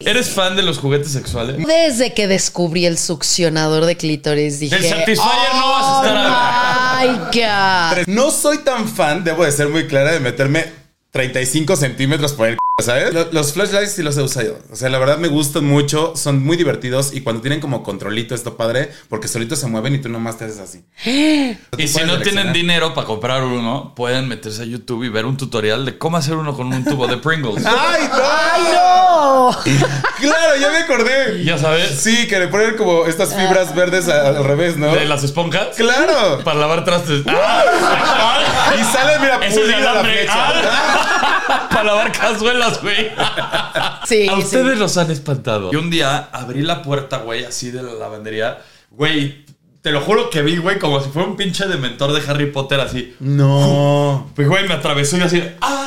¿Eres fan de los juguetes sexuales? Desde que descubrí el succionador de clítoris dije... Del Satisfyer no vas a estar a- ¡Ay, God! No soy tan fan, debo de ser muy clara, de meterme 35 centímetros por el c, ¿sabes? Lo- Los flashlights sí los he usado. O sea, la verdad me gustan mucho, son muy divertidos y cuando tienen como controlito esto padre, porque solitos se mueven y tú nomás te haces así. Y si puedes no seleccionar. tienen dinero para comprar uno, pueden meterse a YouTube y ver un tutorial de cómo hacer uno con un tubo de Pringles. ¡Ay, no! ¡No! Claro, ya me acordé. Ya sabes, Sí, que le ponen como estas fibras verdes a- al revés, ¿no? de las esponjas Claro. para lavar trastes. ¡Ah! Y sale, mira, Ese es de pulida la alambre. flecha. Ah. para lavar cazuelas, güey. Sí, A sí. ustedes los han espantado. Y un día abrí la puerta, güey, así de la lavandería. Güey, te lo juro que vi, güey, como si fuera un pinche dementor de Harry Potter así. No. Pues, güey, me atravesó y yo así, ¡ah!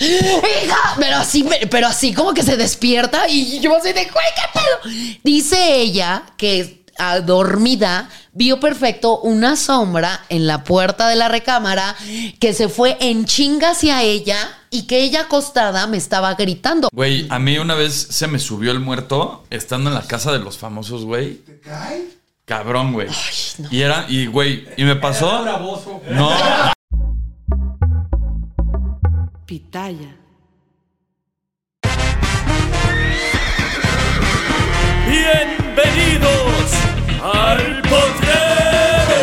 ¡Hija! Pero así, pero así como que se despierta y yo así de, güey, ¿qué pedo? Dice ella que ah, dormida vio perfecto una sombra en la puerta de la recámara que se fue en chinga hacia ella y que ella acostada me estaba gritando. Güey, a mí una vez se me subió el muerto estando en la casa de los famosos, güey. ¿Te cae? Cabrón, güey. Y era, y güey, y me pasó. No. Pitaya. Bienvenidos al potrero.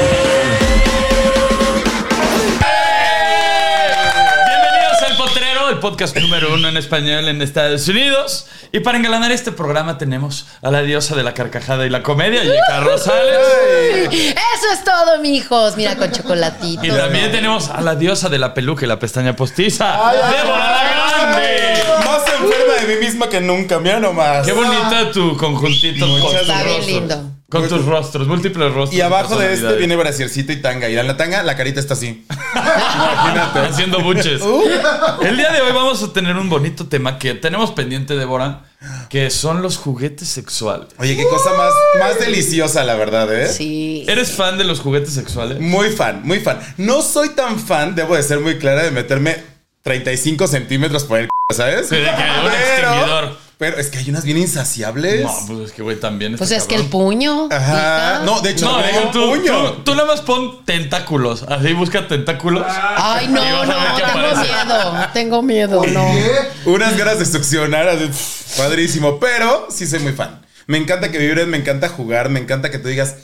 Bienvenidos al Potrero, el podcast número uno en español en Estados Unidos. Y para engalanar este programa tenemos a la diosa de la carcajada y la comedia, Yeka Rosales. Eso es todo, mijos. Mira, con chocolatito. Y también tenemos a la diosa de la peluca y la pestaña postiza, Débora la Grande. Más enferma de mí misma que nunca, mira nomás. Qué bonito tu conjuntito con tus Está bien rostros. lindo. Con tus rostros, múltiples rostros. Y abajo de este personalidades. viene brasiercito y tanga. Y en la tanga la carita está así. Imagínate. Haciendo buches. El día de hoy vamos a tener un bonito tema que tenemos pendiente, Débora, que son los juguetes sexuales. Oye, qué cosa más, más deliciosa, la verdad, ¿eh? Sí. ¿Eres fan de los juguetes sexuales? Muy fan, muy fan. No soy tan fan, debo de ser muy clara, de meterme 35 centímetros por el c, ¿sabes? Sí, de que un extinguidor. pero es que hay unas bien insaciables. No, pues es que, güey, también. Pues este es que el cabrón. puño. Ajá. hija. No, de hecho, No, le deja pega tú, un puño. tú, tú nada más pon tentáculos. Así busca tentáculos. Ay, Y no, vas a ver no, qué tengo aparece. miedo. Tengo miedo, no. Unas ganas de succionar, así, pff, padrísimo. Pero sí soy muy fan. Me encanta que vibren, me encanta jugar, me encanta que tú digas,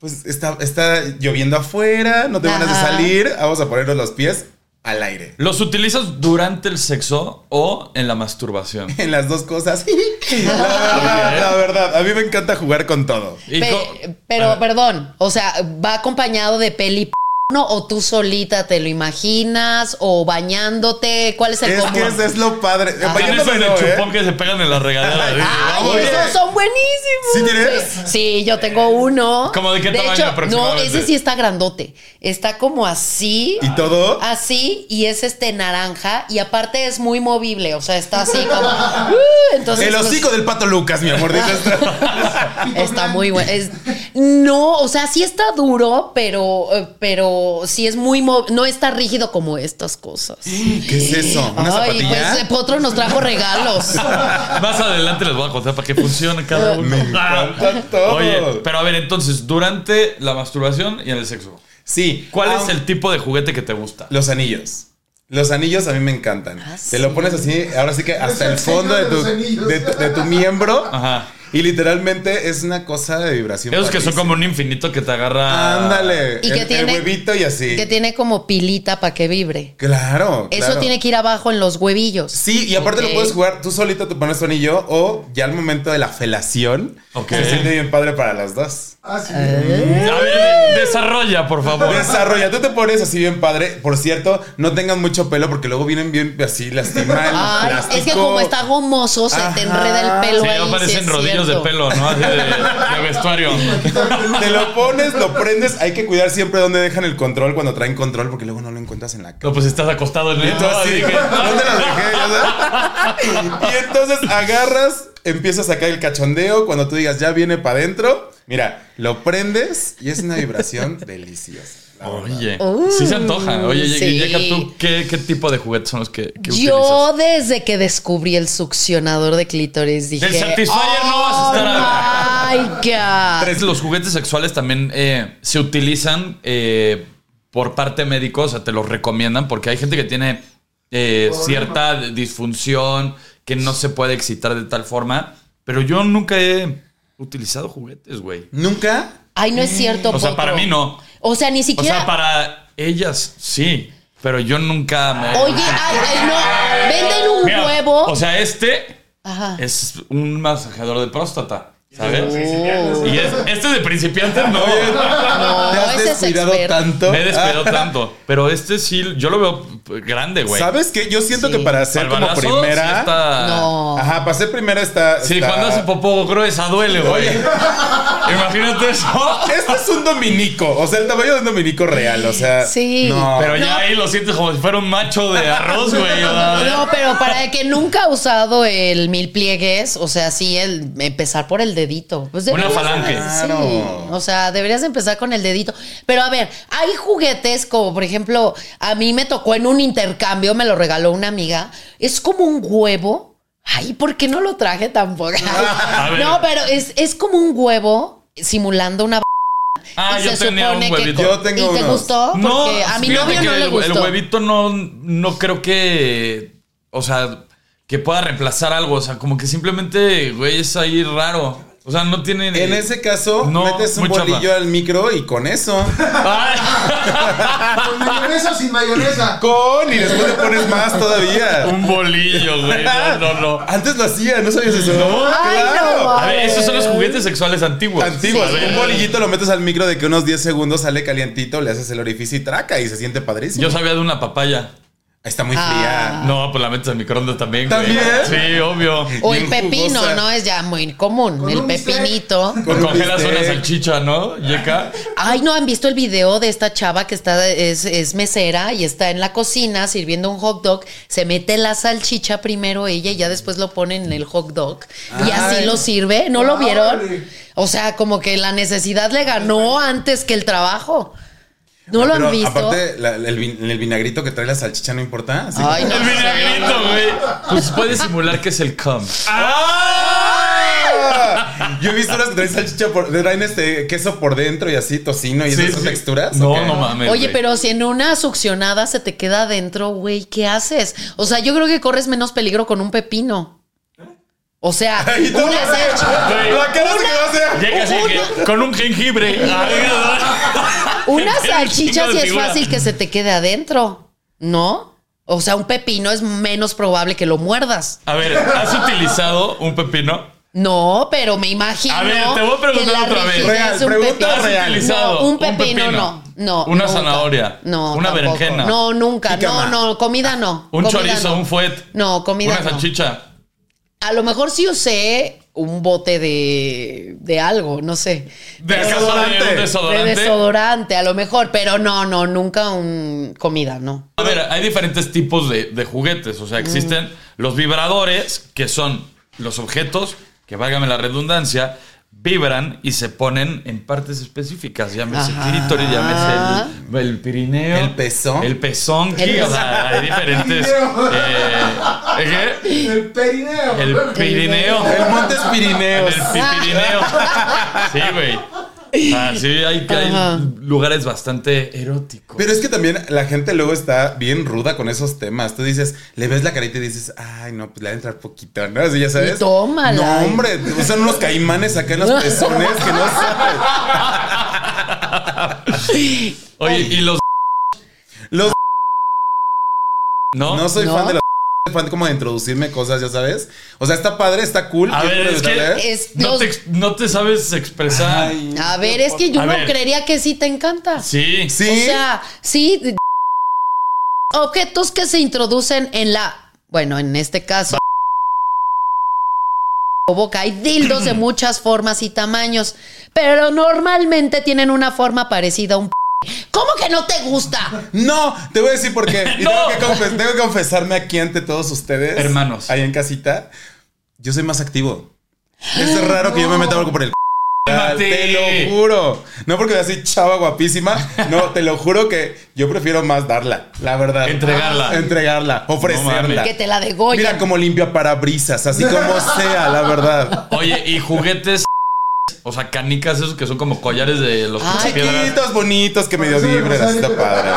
pues está, está lloviendo afuera, no te van a Ajá. salir, vamos a ponernos los pies al aire. ¿Los utilizas durante el sexo o en la masturbación? En las dos cosas. la verdad, la verdad, a mí me encanta jugar con todo. Y Pe- co- pero, A ver. perdón, o sea, ¿va acompañado de peli p- no? o tú solita te lo imaginas o bañándote? ¿Cuál es el Es que común? ese es lo padre. Tienes Bañándome el no, ¿eh? chupón que se pegan en la regadera. Ay, dices, Ay, "Vamos". oye. esos son buenísimos. ¿Sí tienes? Sí, yo tengo uno. ¿Cómo de qué tamaño No, aproximadamente? ese sí está grandote. Está como así. ¿Y todo? Ah, Así y es este naranja y aparte es muy movible, o sea, está así como ¡uh! entonces El pues, hocico del pato Lucas, mi amor. dices. Está muy bueno. Es- no, o sea, sí está duro, pero, eh, pero sí es muy mo- no está rígido como estas cosas. ¿Qué es eso? ¿Una Ay, zapatilla? pues eh, Potro nos trajo regalos. Más adelante les voy a contar para que funcione cada uno. Me encanta todo. Oye, pero a ver, entonces, durante la masturbación y en el sexo, Sí. ¿cuál Ah, es el tipo de juguete que te gusta? Los anillos. Los anillos a mí me encantan. Ah, Te lo sí. pones así, ahora sí que hasta el el fondo de señor de tu, los anillos. de, tu- de tu miembro. Ajá. Y literalmente es una cosa de vibración. Esos que son como un infinito que te agarra. Ándale. Y el, que el tiene- huevito y así. Que tiene como pilita para que vibre. Claro. Eso claro. tiene que ir abajo en los huevillos. Sí, y aparte Ok. lo puedes jugar tú solito, te pones tu anillo o ya al momento de la felación. Ok. Se siente bien padre para las dos. Ah, sí. A ver, de- desarrolla, por favor. Desarrolla, tú te pones así bien padre. Por cierto, no tengan mucho pelo porque luego vienen bien así lastimados. Ay, es que como está gomoso, se te Ajá. enreda el pelo Sí, ahí. no sí parecen es rodillos cierto. de pelo, ¿no? Así de, de vestuario. Te lo pones, lo prendes. Hay que cuidar siempre dónde dejan el control cuando traen control, porque luego no lo encuentras en la cama. No, pues estás acostado en Y el. tú así, Dije, ¿dónde lo dejé? Ya sabes. Y entonces agarras, empiezas a sacar el cachondeo. Cuando tú digas ya viene para adentro, mira, lo prendes y es una vibración deliciosa. Oye, Uh, sí se antoja. Oye, Ye- sí. Yeka, ¿tú qué, qué tipo de juguetes son los que, que utilizas? Yo desde que descubrí el succionador de clítoris dije... Del Satisfyer no vas a estar ¡Ay, God! Tres, Los juguetes sexuales también eh, se utilizan eh, por parte médico, o sea, te los recomiendan porque hay gente que tiene eh, cierta disfunción, que no se puede excitar de tal forma, pero yo nunca he utilizado juguetes, güey. Nunca. Ay, no es cierto. O sea, Potro. para mí no. O sea, ni O siquiera. sea, para ellas sí, pero yo nunca me... Oye, ay, ay, no. Venden un Mira, huevo. O sea, este Ajá. es un masajeador de próstata, Oh. ¿sabes? Y es, este de principiantes no. No, Te has ese es descuidado experto. tanto. Me despedó Ah, tanto. Pero este sí, yo lo veo grande, güey. ¿Sabes qué? Yo siento Sí. que para ser Al como balazo, primera. sí está- no. Ajá, para ser primera está. Sí, está- cuando hace popó gruesa duele, güey. Imagínate eso. Este es un dominico. O sea, el tamaño de un dominico real. O sea. Sí. No. Pero ya ahí lo sientes como si fuera un macho de arroz, güey. o sea, No, pero para el que nunca ha usado el mil pliegues, o sea, sí, el empezar por el dedito. Pues Una deberías- falange. Sí, Claro. o sea, deberías empezar con el dedito. Pero a ver, hay juguetes como, por ejemplo, a mí me tocó en un intercambio, me lo regaló una amiga. Es como un huevo. Ay, ¿por qué no lo traje tampoco? A ver. No, pero es, es como un huevo simulando una... b- Ah, y yo se tenía un supone que huevito. co- Yo tengo ¿Y te unos. gustó? Porque a mi fíjate novio que no el, le gustó. el huevito no, no creo que. O sea, que pueda reemplazar algo. O sea, como que simplemente, güey, es ahí raro. O sea, no tiene. En ese caso, No, metes un muy chafa. bolillo al micro y con eso. Ay. Con mayonesa o sin mayonesa. Con y después le pones más todavía. Un bolillo, güey. No, no, no. Antes lo hacía, ¿no sabías eso? Ay, no. A ver, esos son los juguetes sexuales antiguos. Antiguos, A ver, un bolillito lo metes al micro de que unos 10 segundos sale calientito, le haces el orificio y traca y se siente padrísimo. Yo sabía de una papaya. Está muy Ah. fría. No, pues la metes al microondas también, güey. ¿También? Sí, obvio. O bien el pepino, jugosa. ¿no? Es ya muy común. Con El un bistec. pepinito. Con un Congelas bistec. una salchicha, ¿no? Yeca. Ay, ¿no han visto el video de esta chava que está, es, es mesera y está en la cocina sirviendo un hot dog? Se mete la salchicha primero ella y ya después lo pone en el hot dog. Y así Ay. lo sirve. ¿No lo Órale. vieron? O sea, como que la necesidad le ganó antes que el trabajo. ¿No Ah, lo pero han visto? Aparte, la- el, vin- el vinagrito que trae la salchicha no importa. así Ay, no. El vinagrito, güey. Pues puedes simular que es el cum. Ah, Yo he visto las que traen salchicha por, traen este queso por dentro y así, tocino y Sí, esas sí. texturas. No, ¿o qué? no mames. Oye, güey. pero si en una succionada se te queda adentro, güey, ¿qué haces? O sea, yo creo que corres menos peligro con un pepino. O sea, Ay, no, una güey. salchicha. La cara se quedó así. Llega así que con un jengibre. Una Tiene un salchicha chingo de sí es figura. fácil que se te quede adentro, ¿no? O sea, un pepino es menos probable que lo muerdas. A ver, ¿has utilizado un pepino? No, pero me imagino. A ver, te voy a preguntar que la otra vez. rigidez Real, de un pregunta pepino- real. No, un pepino, Un pepino. no. No. Una nunca. zanahoria. No. Una tampoco. berenjena. No, nunca. Jícama. No, no. Comida no. Un Comida chorizo, no. un fuet. No, comida Una no. salchicha. A lo mejor sí usé un bote de, de algo, no sé. De acaso de un Desodorante. desodorante. De desodorante, a lo mejor, pero no, no, nunca un comida, no. A ver, hay diferentes tipos de, de juguetes. O sea, existen los vibradores, que son los objetos que, válgame la redundancia, vibran y se ponen en partes específicas. Llámese Ajá. clítoris, llámese el, el pirineo. El pezón. El pezón, sí, El o sea, hay diferentes. Pirineo. eh, ¿qué? El perineo. El pirineo. El monte es Pirineos. El pirineo. Sí, güey. Ah, sí, hay, hay Ajá. lugares bastante eróticos. Pero es que también la gente luego está bien ruda con esos temas. Tú dices, le ves la carita y dices, ay, no, pues le va a entrar poquito, ¿no? Así ya sabes. Y tómala. No, hombre, usan unos caimanes acá en los pezones que no sabes. Oye, y los. Los No, No soy ¿No? fan de los soy fan como de introducirme cosas, ya sabes. O sea, está padre, está cool. A yo ver, creo es tal que- vez. Es ¿Eh? no, los- te, ex- no te sabes expresar. Ay. a ver, es que A yo no ver. creería que sí te encanta. Sí. Sí. O sea, sí. de- Objetos que se introducen en la. Bueno, en este caso. o boca. Hay dildos de muchas formas y tamaños, pero normalmente tienen una forma parecida a un. p- ¿Cómo que no te gusta? No, te voy a decir por qué. Y No. tengo, que confes- tengo que confesarme aquí ante todos ustedes. Hermanos. Ahí en casita. Yo soy más activo. Es raro que yo me meta algo por el Cálmate. Te lo juro. No porque sea así chava guapísima. No, te lo juro que yo prefiero más darla, la verdad. Ah, Entregarla. Entregarla. No Ofrecerla. mames. Que te la degollan. Ah, Mira como limpia parabrisas, así como sea, la verdad. Oye, y juguetes. O sea, canicas, esos que son como collares de los Ay, piedras. Chiquitos, bonitos, que medio Por eso me vibran, gusta así está el- padre.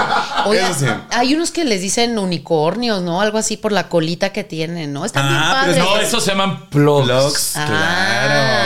Oye, Eso sí. hay unos que les dicen unicornios, ¿no? Algo así por la colita que tienen, ¿no? Están Ah, bien pero padres. No, esos se llaman plugs. Vlogs, Ah. Y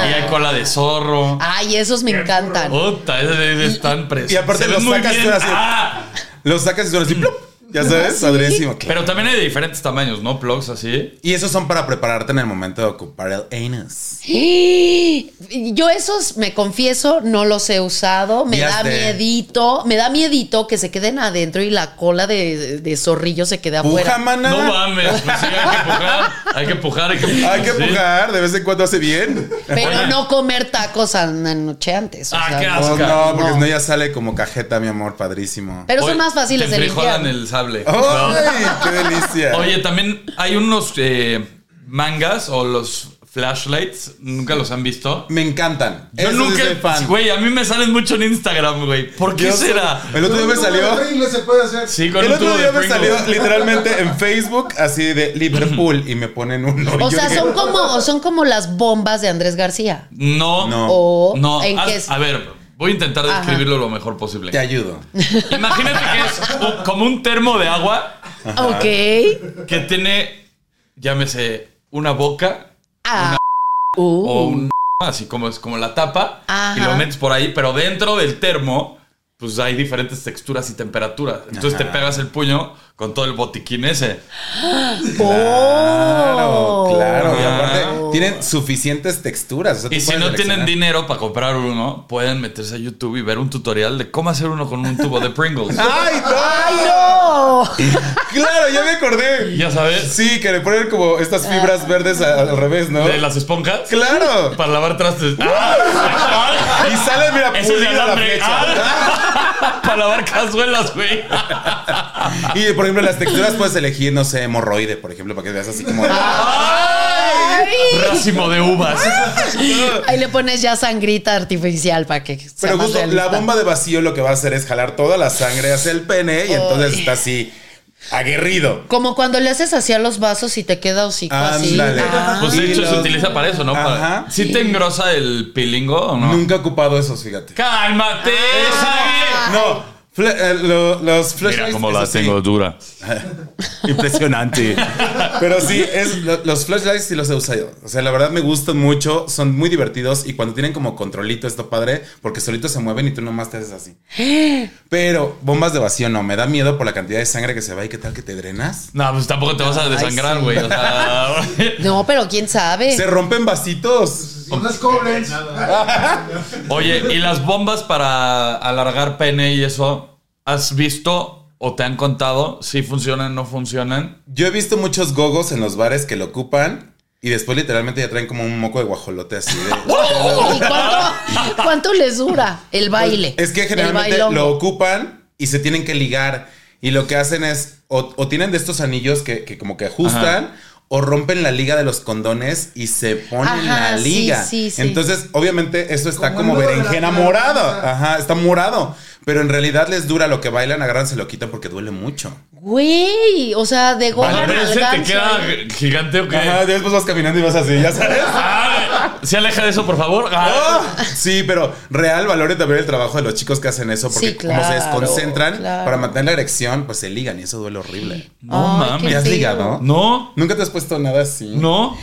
claro. hay cola de zorro. Ay, esos me encantan. Puta, esos están preciosos. y aparte Se los ven muy sacas bien. tú así. Ah, Los sacas y son así, plop. Ya sabes, padrísimo. pero también hay de diferentes tamaños, ¿no? Plugs así. Y esos son para prepararte en el momento de ocupar el anus. ¡Eh! Yo esos, me confieso, no los he usado. Me Ya da sé. miedito. Me da miedito que se queden adentro y la cola de, de zorrillo se quede Puja, afuera. mana. No mames, pues sí, hay que empujar. Hay que empujar, hay que empujar. Hay que sí. empujar, de vez en cuando hace bien. Pero no comer tacos a la noche antes. o Ah, sea, qué no. asco. No, Oh, no, porque No. si no ya sale como cajeta, mi amor, padrísimo. Pero son Oye, más fáciles te de limpiar. frijolan el sable. Oh, ¡Ay, qué delicia! Oye, también hay unos eh, mangas o los flashlights. Nunca los han visto. Me encantan. Yo Eso sí nunca. soy fan. Güey, a mí me salen mucho en Instagram, güey. ¿Por qué Yo soy- será? El otro día me salió. Pringles se puede hacer. Sí, con El un tubo otro de día me Pringles. salió literalmente en Facebook así de Liverpool y me ponen uno. O Yo sea, dije, son como, son como las bombas de Andrés García. No. No. O No. en haz- que es- A ver, voy a intentar Ajá. describirlo lo mejor posible. Te ayudo. Imagínate que es u- como un termo de agua Ok. que tiene, llámese, una boca Ah. o Uh. un así como es como la tapa Ajá. y lo metes por ahí, pero dentro del termo pues hay diferentes texturas y temperaturas. Entonces te Ajá. pegas el puño con todo el botiquín ese. Oh. Uh, Claro, claro. Y Ah. aparte, tienen suficientes texturas. o sea, tú Y si puedes no tienen seleccionar. dinero para comprar uno, pueden meterse a YouTube y ver un tutorial de cómo hacer uno con un tubo de Pringles. ¡Ay, no! ¡Ay, no! Claro, ya me acordé. ya sabes, Sí, que le ponen como estas fibras verdes a- al revés, ¿no? de las esponjas Claro. para lavar trastes. ¡Ah! Y sale, mira, Eso es de pulida la alambre. flecha. Ah, para lavar cazuelas, güey. Ah. Y por ejemplo, las texturas puedes elegir, no sé, hemorroide, por ejemplo, para que veas así como. Ah, Ah. Ay. Racimo de uvas. Ahí le pones ya sangrita artificial para que sea Pero más justo la realista. bomba de vacío lo que va a hacer es jalar toda la sangre hacia el pene y entonces está así, aguerrido. Como cuando le haces así a los vasos y te queda hocico así. Ándale. Ah. Pues de Y hecho se los- utiliza para eso, ¿no? Para- Ajá. ¿Sí te engrosa el pilingo o no? Nunca he ocupado esos, fíjate. ¡Cálmate! Xavi! No, fle- eh, lo- los flashlights. Mira cómo eso la sí, tengo dura. Impresionante. Pero sí, es, lo- los flashlights sí los he usado. O sea, la verdad me gustan mucho, son muy divertidos y cuando tienen como controlito esto padre, porque solitos se mueven y tú nomás te haces así. Pero bombas de vacío no, me da miedo por la cantidad de sangre que se va y qué tal que te drenas. No, pues tampoco te vas a desangrar, sí. güey. O sea, No, pero quién sabe. Se rompen vasitos. Y unas Koblenz. Oye, ¿y las bombas para alargar pene y eso? ¿Has visto o te han contado si funcionan no funcionan? Yo he visto muchos gogos en los bares que lo ocupan y después literalmente ya traen como un moco de guajolote así de... Oh. ¿Y cuánto, cuánto les dura el baile? Pues, es que El generalmente bailongo. lo ocupan y se tienen que ligar y lo que hacen es o, o tienen de estos anillos que, que como que ajustan o rompen la liga de los condones y se ponen Ajá, la sí, liga. sí, sí. Entonces obviamente eso está Como como, el nudo de la berenjena tela, morado. ajá. Ajá, está morado. Pero en realidad les dura lo que bailan, agarran, se lo quitan porque duele mucho. Güey, o sea, de gorra ¿Al al ese te ganso. queda gigante o qué? Ajá, después vas caminando y vas así, ya sabes. Ah, ¿Se aleja de eso, por favor? Ah. ¡Ah! Sí, pero real valoren también el trabajo de los chicos que hacen eso, porque Sí, como se claro, desconcentran claro. para mantener la erección, pues se ligan y eso duele horrible. No Ay, qué mames. Ya has feo. ligado. No, Nunca te has puesto nada así. no.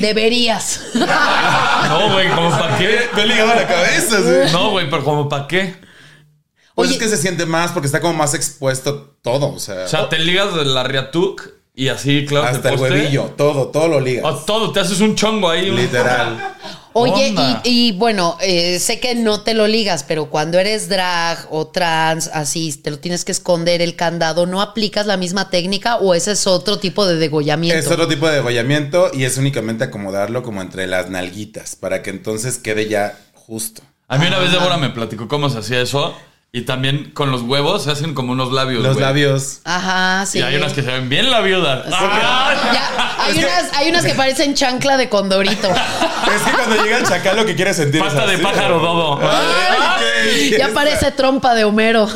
Deberías. No, güey, como para qué. Me he ligado la cabeza, sí. No, güey, pero como para qué. Pues Oye. es que se siente más porque está como más expuesto todo, o sea, O sea, te ligas de la riatuc y así, claro, hasta el poste. huevillo, todo, todo lo ligas. O todo, te haces un chongo ahí. un- Literal. Oye, Onda. y, y bueno, eh, sé que no te lo ligas, pero cuando eres drag o trans, así, te lo tienes que esconder el candado, ¿no aplicas la misma técnica o ese es otro tipo de Es degollamiento? otro tipo de degollamiento y es únicamente acomodarlo como entre las nalguitas para que entonces quede ya justo. A mí una vez Débora me platicó cómo se hacía eso Y también con los huevos se hacen como unos labios. Los güey. labios. Ajá, sí. Y hay unas que se ven bien labiudas. ¡Ah! Ya, hay, unas, hay unas que parecen chancla de condorito. Es que cuando llega el chacal lo que quiere sentir es Pasta de así. pájaro dodo. Ay, qué- ya parece trompa de Homero.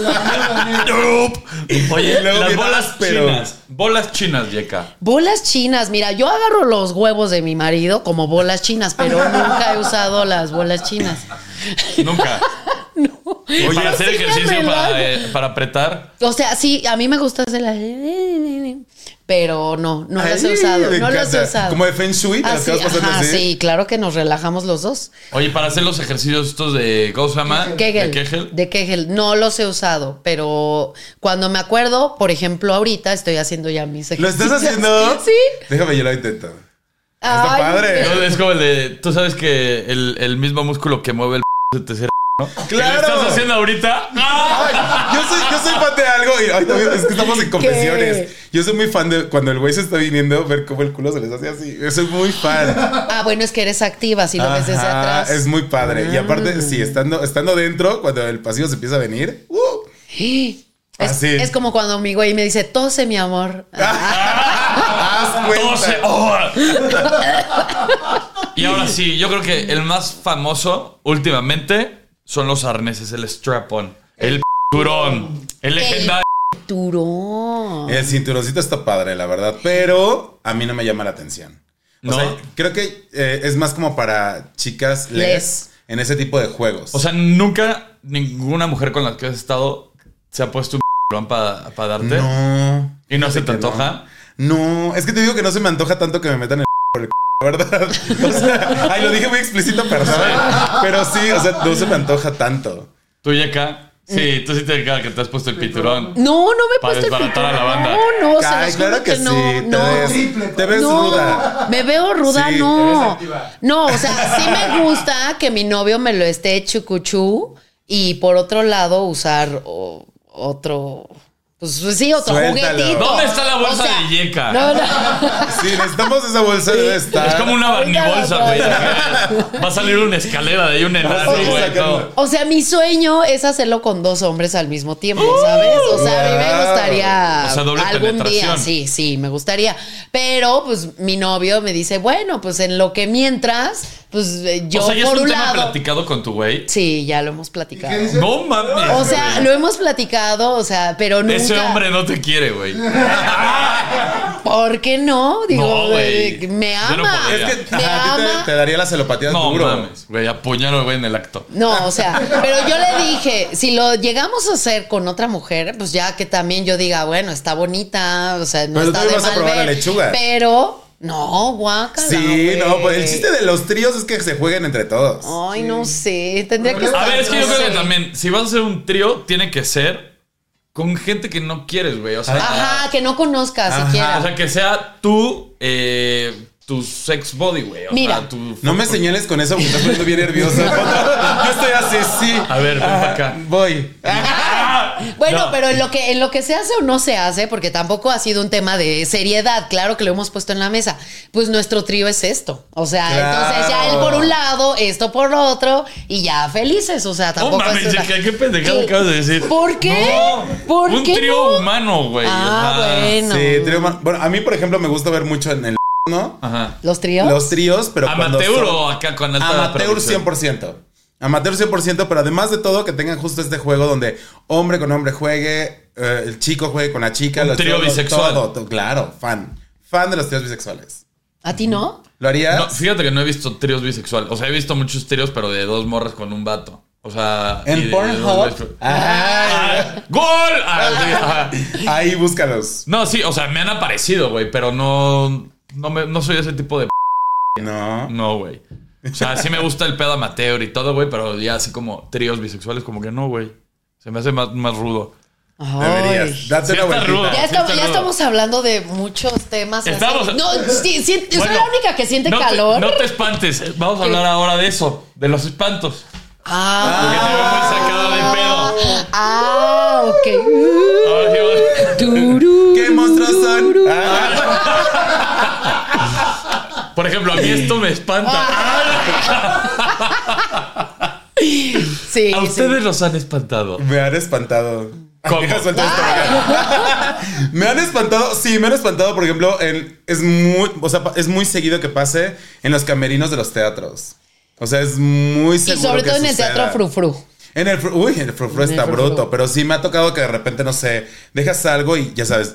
Oye, Y luego las bien bolas áspero. chinas. Bolas chinas, Yeka. Bolas chinas, mira, yo agarro los huevos de mi marido como bolas chinas, pero nunca he usado las bolas chinas. Nunca. Y Oye, para hacer sí me ejercicio, relajo. para, eh, para apretar. O sea, sí, a mí me gusta hacer las... Pero no, no las he Ay, usado. me No las he encanta. usado. Como de Feng Shui, te las Así, quedas pasando ajá, así. sí, claro que nos relajamos los dos. Oye, para hacer los ejercicios estos de. ¿Cómo se llama? Kegel, De Kegel. De Kegel. No los he usado, pero cuando me acuerdo, por ejemplo, ahorita estoy haciendo ya mis ¿Lo ejercicios. estás haciendo? Sí. Déjame, yo lo intento. Está padre. No, es como el de. Tú sabes que el, el mismo músculo que mueve el p se te cierra, ¿no? ¡Claro! ¿Qué estás haciendo ahorita? ¡Ah! Ay, yo soy, yo soy fan de algo y ay, también es que estamos en confesiones. Yo soy muy fan de cuando el güey se está viniendo, ver cómo el culo se les hace así. Yo soy muy fan. Ah, bueno, es que eres activa si lo ves desde Ajá, atrás. Mm. Es muy padre. Y aparte, sí, estando, estando dentro, cuando el pasillo se empieza a venir, ¡uh! Es, Así. es como cuando mi güey me dice, tose mi amor. Ah, ¡Haz cuenta! Todo se- ¡Oh! Y ahora sí, yo creo que el más famoso últimamente son los arneses, el strap-on, el turón, el legendario. Turón. El cinturoncito está padre, la verdad, pero a mí no me llama la atención. O ¿No? sea, creo que eh, es más como para chicas les, Les. en ese tipo de juegos. O sea, nunca ninguna mujer con la que has estado se ha puesto un turón para darte. no. ¿Y no se te Fíjate que antoja? No. es que te digo que no se me antoja tanto que me metan el por el ¿verdad? O sea, ay, lo dije muy explícito, perdón. Pero sí, o sea, no se me antoja tanto. ¿Tú, Yeka? Sí, tú sí te digas que te has puesto el piturón. No, no me he Para puesto el desbaratar a la piturón. banda. No, no, se Ay, los juro claro que, que, sí. no. te no. ves, Triple, te ves No, ruda. me veo ruda, Sí, no. te ves activa. No, o sea, sí me gusta que mi novio me lo esté chucuchú y por otro lado usar o- otro. Pues pues sí, otro Suéltalo. juguetito. ¿Dónde está la bolsa O sea, de Yeka? No, no. Sí, necesitamos esa bolsa de estar. Es como una Ahorita la barnibolsa, güey. Va a salir una escalera de ahí, un enano, Vas a ir güey. sacando. no. O sea, mi sueño es hacerlo con dos hombres al mismo tiempo, ¿sabes? O sea, a mí me Wow. gustaría O sea, doble algún día, penetración. sí, sí, me gustaría. Pero pues mi novio me dice, bueno, pues en lo que mientras, pues eh, yo o sea, ya por es un un tema lado. platicado con tu güey. Sí, ya lo hemos platicado. ¿Y qué dice? No mames. O sea, güey. lo hemos platicado, o sea, pero nunca. ese hombre no te quiere, güey. ¿Por qué no? Digo, No, güey. eh, me Yo no ama. podría. Es que me ajá, a ti ama. te, te daría las celopatías No duro. mames, güey. Apuñalo, güey, en el acto. No, o sea, pero yo le dije, si lo llegamos a hacer con otra mujer, pues ya que también yo diga, bueno, está bonita, o sea, no Pero está tú le de vas a mal probar la ver, lechuga. Pero, no, guácala, Sí, güey. no, pues el chiste de los tríos es que se jueguen entre todos. Ay, no sé, tendría que A A estar- ver, es que yo no creo sé. que también, si vas a hacer un trío, tiene que ser con gente que no quieres, güey. O sea, Ajá, que no conozca Ajá. siquiera. o sea que sea tú, eh, tu sex body, güey. O Mira. sea, tu- No me señales con eso, me estás poniendo bien nerviosa. Yo estoy así, sí. A ver, ven para acá. Voy. Ah. Bueno, No. pero en lo que en lo que se hace o no se hace, porque tampoco ha sido un tema de seriedad, claro que lo hemos puesto en la mesa. Pues nuestro trío es esto. O sea, Claro. entonces ya él por un lado, esto por otro, y ya felices. O sea, tampoco mames, es. una- Jessica, qué pendejada acabas de decir. ¿Por qué? No, ¿Por un qué trío no? humano, güey. Ah, Ajá. bueno. Sí, trío ma- Bueno, a mí, por ejemplo, me gusta ver mucho en el ¿no? Ajá. ¿Los tríos? Los tríos, pero cuando Amateur son- o acá con alta Amateur producción? 100%. Amateur 100%, pero además de todo, que tengan justo este juego donde hombre con hombre juegue, eh, el chico juegue con la chica. Un los trío todo- bisexual. todo, todo, claro, fan. Fan de los tríos bisexuales. ¿A ti no? ¿Lo harías? No, fíjate que no he visto tríos bisexuales. O sea, he visto muchos tríos, pero de dos morras con un vato. O sea. y En de- de dos Pornhub. güeyes- Ay. Ah, ¡Gol! Ah, sí, ajá. Ahí búscalos. No, sí, o sea, me han aparecido, güey, pero no. No, me, no soy ese tipo de. p- No. No, güey. O sea, sí me gusta el pedo amateur y todo, güey, pero ya así como tríos bisexuales, como que no, güey. Se me hace más, más rudo. Deberías. Ay. Date Sí una está vueltita. rudo. Ya, Ah, Sí, estamos, está ya rudo. estamos hablando de muchos temas. así. Estamos- No, sí, sí, soy Bueno, la única que siente no te- calor. no te espantes. Vamos a hablar ahora de eso, de los espantos. Ah, Porque te veo muy sacada de pedo. ah, ok. Ahora sí vamos. Turú. ¿Qué monstruos son? Ah, Ah, Ah, Por ejemplo, a mí esto me espanta. Sí, A sí. ustedes los han espantado. Me han espantado. ¿Cómo? Deja suelto esto, venga. me han espantado, sí, me han espantado, por ejemplo, en- es, muy, o sea, pa- es muy seguido que pase en los camerinos de los teatros. O sea, es muy Y seguro sobre que todo en el suceda. teatro frufru. En el fru- uy, el frufru En el está frufru. bruto, pero sí me ha tocado que de repente, no sé, dejas algo y ya sabes.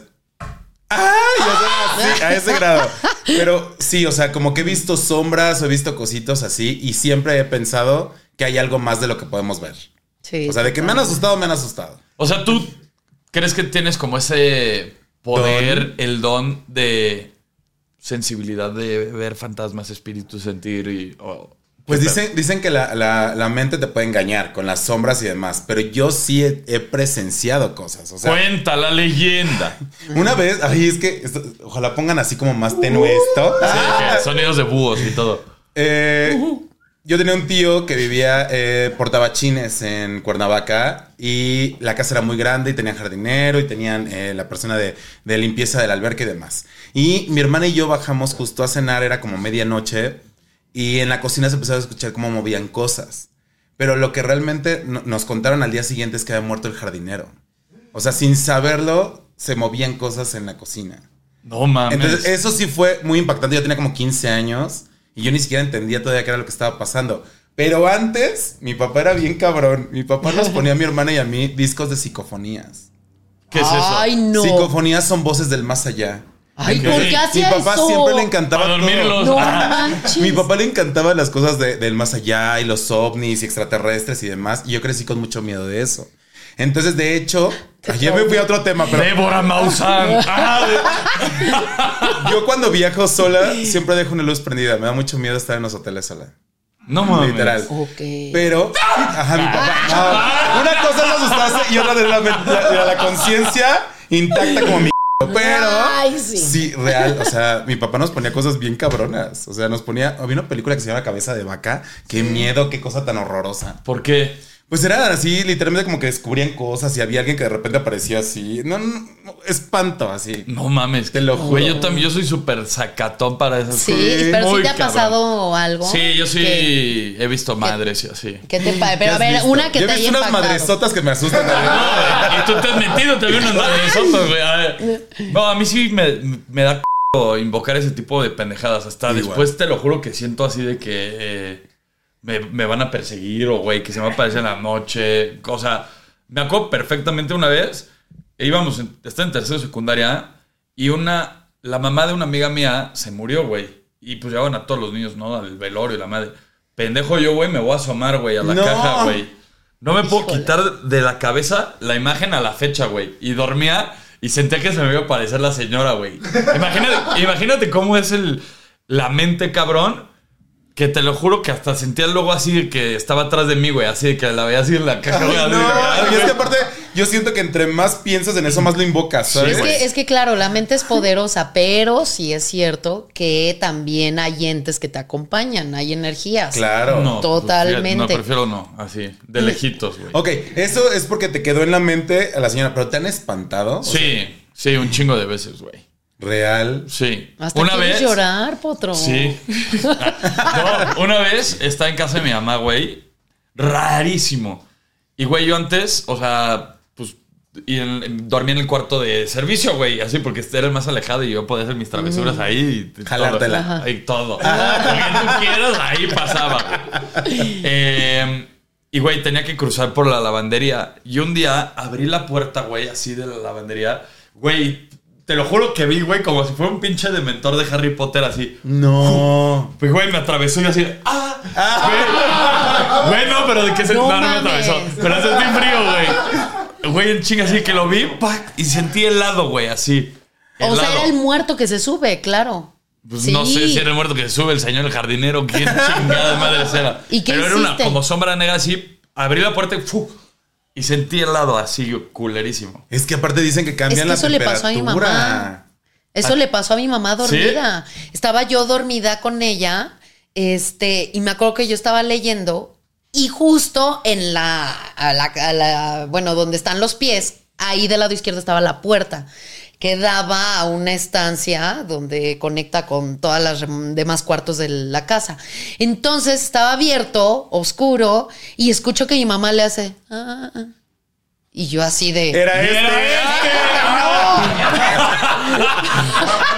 ¡Ah! Ya sabes, así, a ese grado. Pero sí, o sea, como que he visto sombras o he visto cositos así y siempre he pensado que hay algo más de lo que podemos ver. Sí. O sea, de que me han asustado, me han asustado. O sea, ¿tú crees que tienes como ese poder, el don de sensibilidad de ver fantasmas, espíritus, sentir y... o- Pues ¿Qué dicen, dicen que la, la- la mente te puede engañar con las sombras y demás, pero yo sí he, he presenciado cosas. O pedo? sea, Cuenta la leyenda. una vez, ay, es que esto- ojalá pongan así como más tenue esto. Ah. Eh, Sonidos de búhos y todo. Eh, Yo tenía un tío que vivía eh, por Tabachines en Cuernavaca y la casa era muy grande y tenían jardinero y tenían eh, la persona de, de limpieza del albergue y demás. Y mi hermana y yo bajamos justo a cenar, era como medianoche y en la cocina se empezaba a escuchar cómo movían cosas. Pero lo que realmente no- nos contaron al día siguiente es que había muerto el jardinero. O sea, sin saberlo, se movían cosas en la cocina. No mames. Entonces, eso sí fue muy impactante. Yo tenía como 15 años y yo ni siquiera entendía todavía qué era lo que estaba pasando. Pero antes, mi papá era bien cabrón. Mi papá nos ponía a mi hermana y a mí discos de psicofonías. ¿Qué es eso? Ay, no. Psicofonías son voces del más allá. Ay, ¿por qué mi hacía papá eso? siempre le Para encantaba. todo. dormirlos. No Ah, manches. Mi papá le encantaban las cosas de- del más allá y los ovnis y extraterrestres y demás. Y yo crecí con mucho miedo de eso. Entonces, de hecho, ayer me fui a otro tema, pero Débora Maussan. Ah, de- yo cuando viajo sola siempre dejo una luz prendida. Me da mucho miedo estar en los hoteles sola. No mames. Literal. Ok. Pero, ajá, mi papá. no. una cosa es asustarse y otra de la, la- la- la conciencia intacta como mi. Pero, Ay, sí. sí. real. O sea, mi papá nos ponía cosas bien cabronas. O sea, nos ponía. Había una película que se llama Cabeza de Vaca. Qué miedo, qué cosa tan horrorosa. ¿Por qué? Pues era así, literalmente como que descubrían cosas y había alguien que de repente aparecía así. No, no, no, espanto, así. No mames. Te lo juro. Güey, yo también, yo soy súper sacatón para esas Sí, cosas. pero Muy sí te ha cabrón. pasado algo. Sí, yo sí Que, he visto madres y así. que te pa- ¿Qué Pero a has ver, visto? una que Yo he te haya visto unas impactado. madresotas que me asustan. también. No, y tú te has metido también unas madresotas, güey. A ver. No, a mí sí me, me da c- invocar ese tipo de pendejadas. Hasta Igual. después te lo juro que siento así de que eh, me, me van a perseguir o, güey, que se me aparece en la noche. O sea, me acuerdo perfectamente una vez. e íbamos, en, estaba en tercero de secundaria y una, la mamá de una amiga mía se murió, güey. Y pues llevaban a todos los niños, ¿no? Al velorio y la madre. Pendejo yo, güey, me voy a asomar, güey, a la No. caja, güey. No me puedo quitar de la cabeza la imagen a la fecha, güey. Y dormía y sentía que se me iba a aparecer la señora, güey. Imagínate, imagínate cómo es el, la mente, cabrón. Que te lo juro que hasta sentía luego así de que estaba atrás de mí, güey. Así de que la veía así en la caja. güey, Ay, así de que, no, ay, y es que güey. aparte, yo siento que entre más piensas en eso, más lo invocas. ¿sabes? Es que, es que claro, la mente es poderosa, pero sí es cierto que también hay entes que te acompañan, hay energías. Claro. No, Totalmente. prefiero- No, prefiero no. Así. De lejitos, güey. Ok, eso es porque te quedó en la mente a la señora, pero te han espantado. Sí, sí, un chingo de veces, güey. Real. Sí. Hasta una quieres vez. llorar, potro. Sí. Ah, No, una vez estaba en casa de mi mamá, güey. Rarísimo. Y, güey, yo antes, o sea, pues y en- dormía en el cuarto de servicio, güey. Así porque este era el más alejado y yo podía hacer mis travesuras ahí. Y Jalártela. Todo, y todo. Lo que tú quieras, ahí pasaba. güey. Eh, y, güey, tenía que cruzar por la lavandería. Y un día abrí la puerta, güey, así de la lavandería. Güey, te lo juro que vi, güey, como si fuera un pinche dementor de Harry Potter así. No. Pues, güey, me atravesó y yo así, ¡ah! Güey, güey, no, pero de qué se No no, no me mames. atravesó. Pero sentí frío, güey. Güey, en chinga, así que lo vi, ¡pac! Y sentí helado, güey, así. O sea, era helado. el muerto que se sube, claro. Pues Sí. no sé si era el muerto que se sube, el señor, el jardinero, quién chingada madre era. ¿Y qué Pero era una hiciste? como sombra negra así, abrí la puerta y ¡fu! Y sentí helado así, culerísimo. Es que aparte dicen que Es cambian que eso la le pasó temperatura. a mi mamá. Eso le pasó a mi mamá dormida. Estaba yo dormida con ella, este, y me acuerdo que yo estaba leyendo y justo en la, a la- a la- bueno, donde están los pies, ahí del lado izquierdo estaba la puerta. que daba a una estancia donde conecta con todas las rem- demás cuartos de la casa. Entonces estaba abierto, oscuro, y escucho que mi mamá le hace... "Ah, ah, ah". Y yo así de... Era este.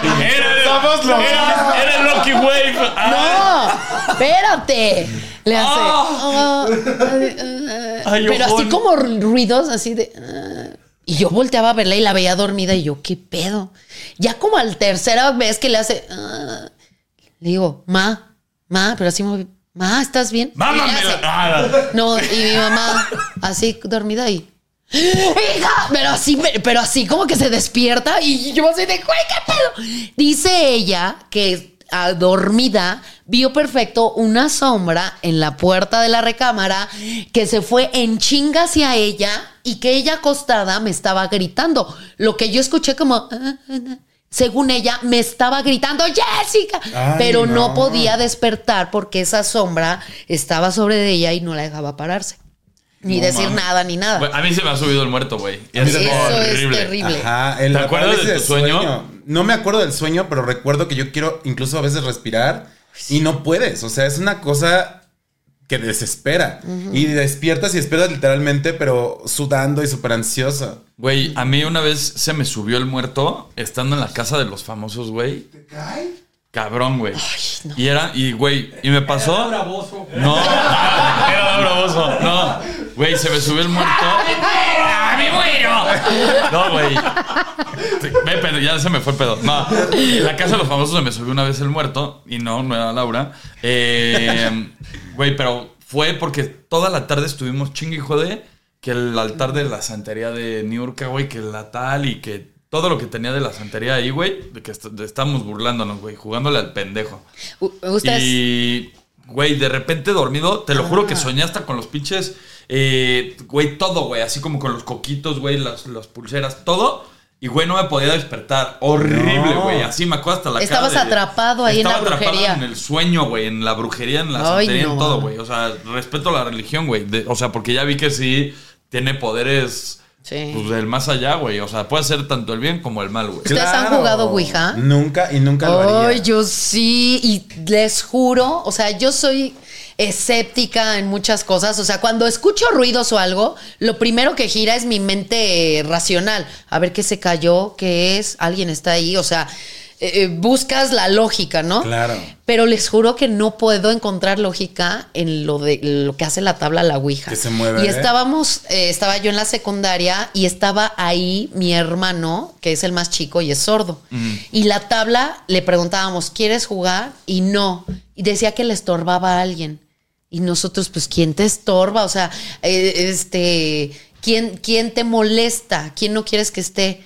Era, Somos los- era, era el Lucky Wave. Ah, ¡No! ¡Espérate! Le hace. "Ah, ah, ah". Ay, pero así ojón. como ruidos, así de. "Ah". Y yo volteaba a verla y la veía dormida y yo, ¿qué pedo? Ya como al tercera vez que le hace. "Ah", le digo, ma, ma, pero así me. Ma, ¿estás bien? Y le Mámamela. hace- Ah, No, y mi mamá así dormida y. ¡Hija! Pero así, pero así como que se despierta y yo así de, güey, ¿qué pedo? Dice ella que ah, dormida vio perfecto una sombra en la puerta de la recámara que se fue en chinga hacia ella y que ella acostada me estaba gritando. Lo que yo escuché como... "Ah, ah, ah", Según ella, me estaba gritando, Jessica, Ay, pero no. no. podía despertar porque esa sombra estaba sobre ella y no la dejaba pararse. Ni No decir mames. nada, ni nada. Güey, A mí se me ha subido el muerto, güey. Y mí es también. Ah. Eso es horrible. terrible. Ajá, el ¿Te acuerdas parálisis de tu del sueño? No me acuerdo del sueño, pero recuerdo que yo quiero incluso a veces respirar y no puedes. O sea, es una cosa que desespera. Y despiertas y despiertas literalmente, pero sudando y súper ansioso. Güey, a mí una vez se me subió el muerto estando en la casa de los famosos, güey. ¿Te cae? Cabrón, güey. Y era, y güey, y me pasó. bravoso. No, era bravoso. No, güey, se me subió el muerto. Ah, ¡Me muero! No, güey. Ve, pero ya se me fue el pedo. No, en la casa de los famosos se me subió una vez el muerto. Y no, no era Laura. Eh, Güey, pero fue porque toda la tarde estuvimos chingue y jode que el altar de la santería de Niurka, güey, que la tal y que todo lo que tenía de la santería ahí, güey, de que est- de- estábamos burlándonos, güey, jugándole al pendejo. U- Ustedes. Y, güey, de repente dormido, te lo Ah. juro que soñé hasta con los pinches, eh, güey, todo, güey, así como con los coquitos, güey, las, las pulseras, todo. Y, güey, no me podía despertar. Horrible, No. güey. Así me acuerdo hasta la cara Estabas de- atrapado ahí en Estaba la atrapado brujería. en el sueño, güey, en la brujería, en la Ay, santería, no. en todo, güey. O sea, respeto la religión, güey. De- O sea, porque ya vi que sí tiene poderes Sí. pues, del más allá, güey. O sea, puede hacer tanto el bien como el mal, güey. ¿Ustedes han jugado Ouija? Nunca y nunca lo haría. Ay, yo sí, y les juro, o sea, yo soy escéptica en muchas cosas, o sea, cuando escucho ruidos o algo, lo primero que gira es mi mente eh, racional, a ver qué se cayó, qué es, alguien está ahí, o sea, eh, eh, buscas la lógica, ¿no? Claro. Pero les juro que no puedo encontrar lógica en lo de lo que hace la tabla la Ouija. Que se mueve, Y ¿eh? estábamos, eh, estaba yo en la secundaria y estaba ahí mi hermano, que es el más chico y es sordo. Mm. Y la tabla le preguntábamos, ¿quieres jugar? Y no. Y decía que le estorbaba a alguien. Y nosotros, pues, ¿quién te estorba? O sea, eh, este, ¿quién, ¿quién te molesta? ¿Quién no quieres que esté?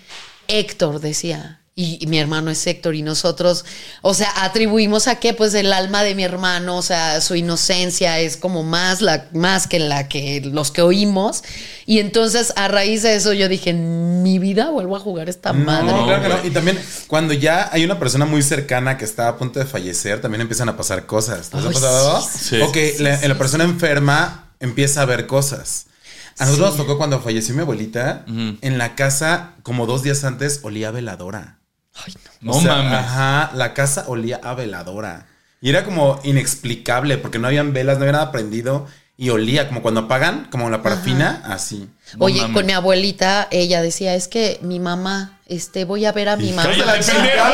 Héctor decía. Y, y mi hermano es Héctor y nosotros, o sea, atribuimos a qué, pues el alma de mi hermano, o sea, su inocencia es como más la más que la que los que oímos y entonces a raíz de eso yo dije, "En mi vida vuelvo a jugar esta madre. No, claro que no. güey. Y también cuando ya hay una persona muy cercana que está a punto de fallecer, también empiezan a pasar cosas. ¿Les ha Ay, pasado? sí, sí, o que la, la persona enferma empieza a ver cosas. A nosotros nos tocó cuando falleció mi abuelita, en la casa, como dos días antes, olía a veladora. No O sea, mames. Ajá, la casa olía a veladora. Y era como inexplicable, porque no habían velas, no había nada prendido. Y olía como cuando apagan, como la parafina, así. No Oye, mames. con mi abuelita ella decía, "Es que mi mamá, este voy a ver a mi mamá." ¡Cállate, pendejo!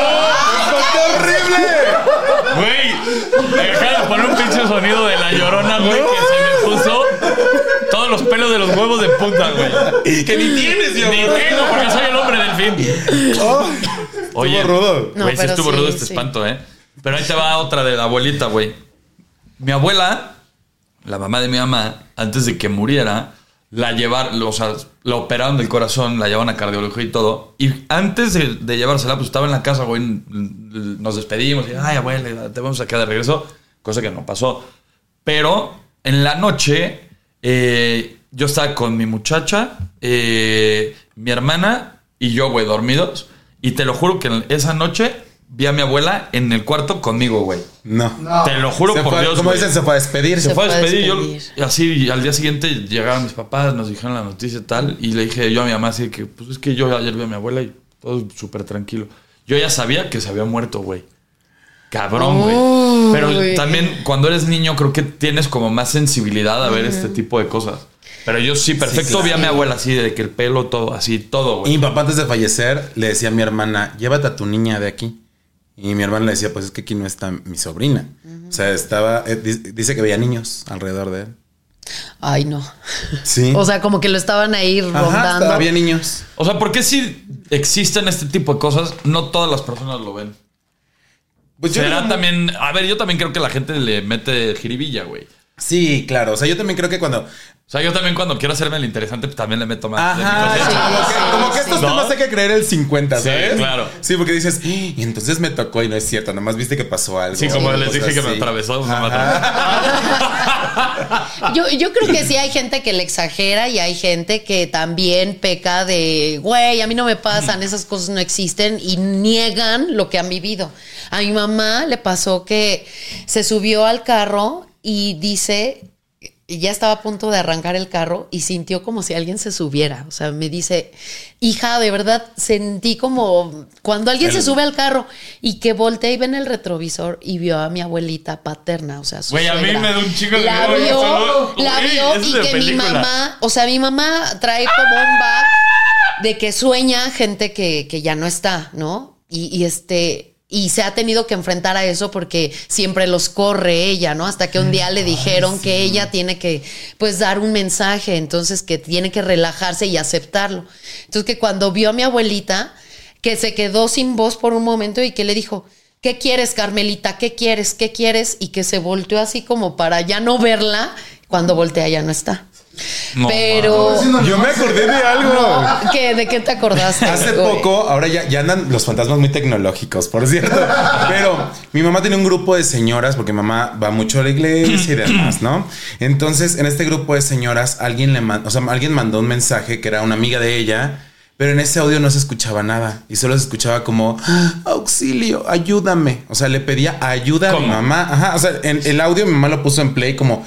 ¡Está horrible! Güey, me acaba de poner un pinche sonido de la llorona, güey, que se me puso todos los pelos de los huevos de punta, güey. Que ni tienes, yo. Ni tengo, porque soy el hombre del fin. Oye, Estuvo rudo. No, Güey, sí pero estuvo sí, rudo este sí. espanto, ¿eh? Pero ahí te va otra de la abuelita, güey. Mi abuela, la mamá de mi mamá, antes de que muriera, la llevaron, o sea, la operaron del corazón, la llevaron a cardiología y todo. Y antes de, de llevársela, pues estaba en la casa, güey. Nos despedimos y, ay, abuela, te vamos acá de regreso. Cosa que no pasó. Pero en la noche eh, yo estaba con mi muchacha, eh, mi hermana y yo, güey, dormidos. Y te lo juro que en esa noche vi a mi abuela en el cuarto conmigo, güey. No. No. Te lo juro Ah, Se por fue- Dios. Como güey. dicen, se fue a despedir. se, fue a fue a despedir. yo- despedir. y así, y al día siguiente llegaron mis papás, nos dijeron la noticia y tal. Y le dije yo a mi mamá, así que, pues es que yo ayer vi a mi abuela y todo súper tranquilo. Yo ya sabía que se había muerto, güey. Cabrón, güey. Pero Uy. también cuando eres niño creo que tienes como más sensibilidad a ver este tipo de cosas. Pero yo sí, perfecto, vi a mi abuela así, de que el pelo, todo, así, todo, Y güey. mi papá antes de fallecer le decía a mi hermana, llévate a tu niña de aquí. Y mi hermana le decía, pues es que aquí no está mi sobrina. O sea, estaba, eh, di- dice que veía niños alrededor de él. Ay, no. Sí. O sea, como que lo estaban ahí Ajá, rondando. había niños. O sea, ¿por qué si existen este tipo de cosas, no todas las personas lo ven? Pues yo Será creo- también. A ver, yo también creo que la gente le mete jiribilla, güey. Sí, claro. O sea, yo también creo que cuando... O sea, yo también cuando quiero hacerme el interesante, pues también le meto más. de mi Ajá, cosecha. como, sí, que, como que sí. estos ¿No? temas hay que creer el 50, Sí, ¿sabes? claro. Sí, porque dices, "Ah, y entonces me tocó y no es cierto, nomás viste que pasó algo. Sí, como o les dije cosas que me así. atravesó. o sea, me Ajá. atravesó. Yo, yo creo que sí hay gente que le exagera y hay gente que también peca de, güey, a mí no me pasan, esas cosas no existen y niegan lo que han vivido. A mi mamá le pasó que se subió al carro y dice, y ya estaba a punto de arrancar el carro y sintió como si alguien se subiera. O sea, me dice, hija, de verdad sentí como cuando alguien se sube al carro y que volteé y ve en el retrovisor y vio a mi abuelita paterna, o sea, su Güey, a mí suegra. me da un chingo de La miedo, güey, vio, solo- la Güey, vio eso es y de que mi película. mamá, o sea, mi mamá trae como un bag de que sueña gente que, que ya no está, ¿no? Y, y este. Y se ha tenido que enfrentar a eso porque siempre los corre ella, ¿no? Hasta que un día le dijeron que ella tiene que, pues, dar un mensaje, entonces que tiene que relajarse y aceptarlo. Entonces que cuando vio a mi abuelita, que se quedó sin voz por un momento y que le dijo, ¿qué quieres, Carmelita? ¿Qué quieres? ¿Qué quieres? Y que se volteó así como para ya no verla. Cuando voltea ya no está. No, Pero, Yo me acordé de algo. ¿qué, ¿de qué te acordaste? Hace güey? poco, ahora ya, ya andan los fantasmas muy tecnológicos, por cierto. Pero mi mamá tiene un grupo de señoras, porque mi mamá va mucho a la iglesia y demás, ¿no? Entonces, en este grupo de señoras, alguien le mandó, o sea, alguien mandó un mensaje que era una amiga de ella, pero en ese audio no se escuchaba nada y solo se escuchaba como "Ah, auxilio, ayúdame. O sea, le pedía ayuda a mi ¿Cómo? mamá. Ajá. O sea, en el audio mi mamá lo puso en play como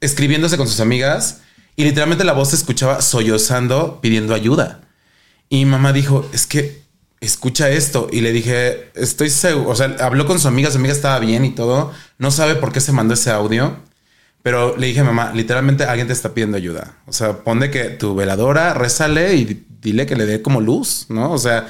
escribiéndose con sus amigas y literalmente la voz se escuchaba sollozando pidiendo ayuda. Y mi mamá dijo, es que escucha esto. Y le dije, estoy seguro. O sea, habló con su amiga, su amiga estaba bien y todo. No sabe por qué se mandó ese audio. Pero le dije, mamá, literalmente alguien te está pidiendo ayuda. O sea, ponle que tu veladora, rézale y di- dile que le dé como luz, ¿no? O sea,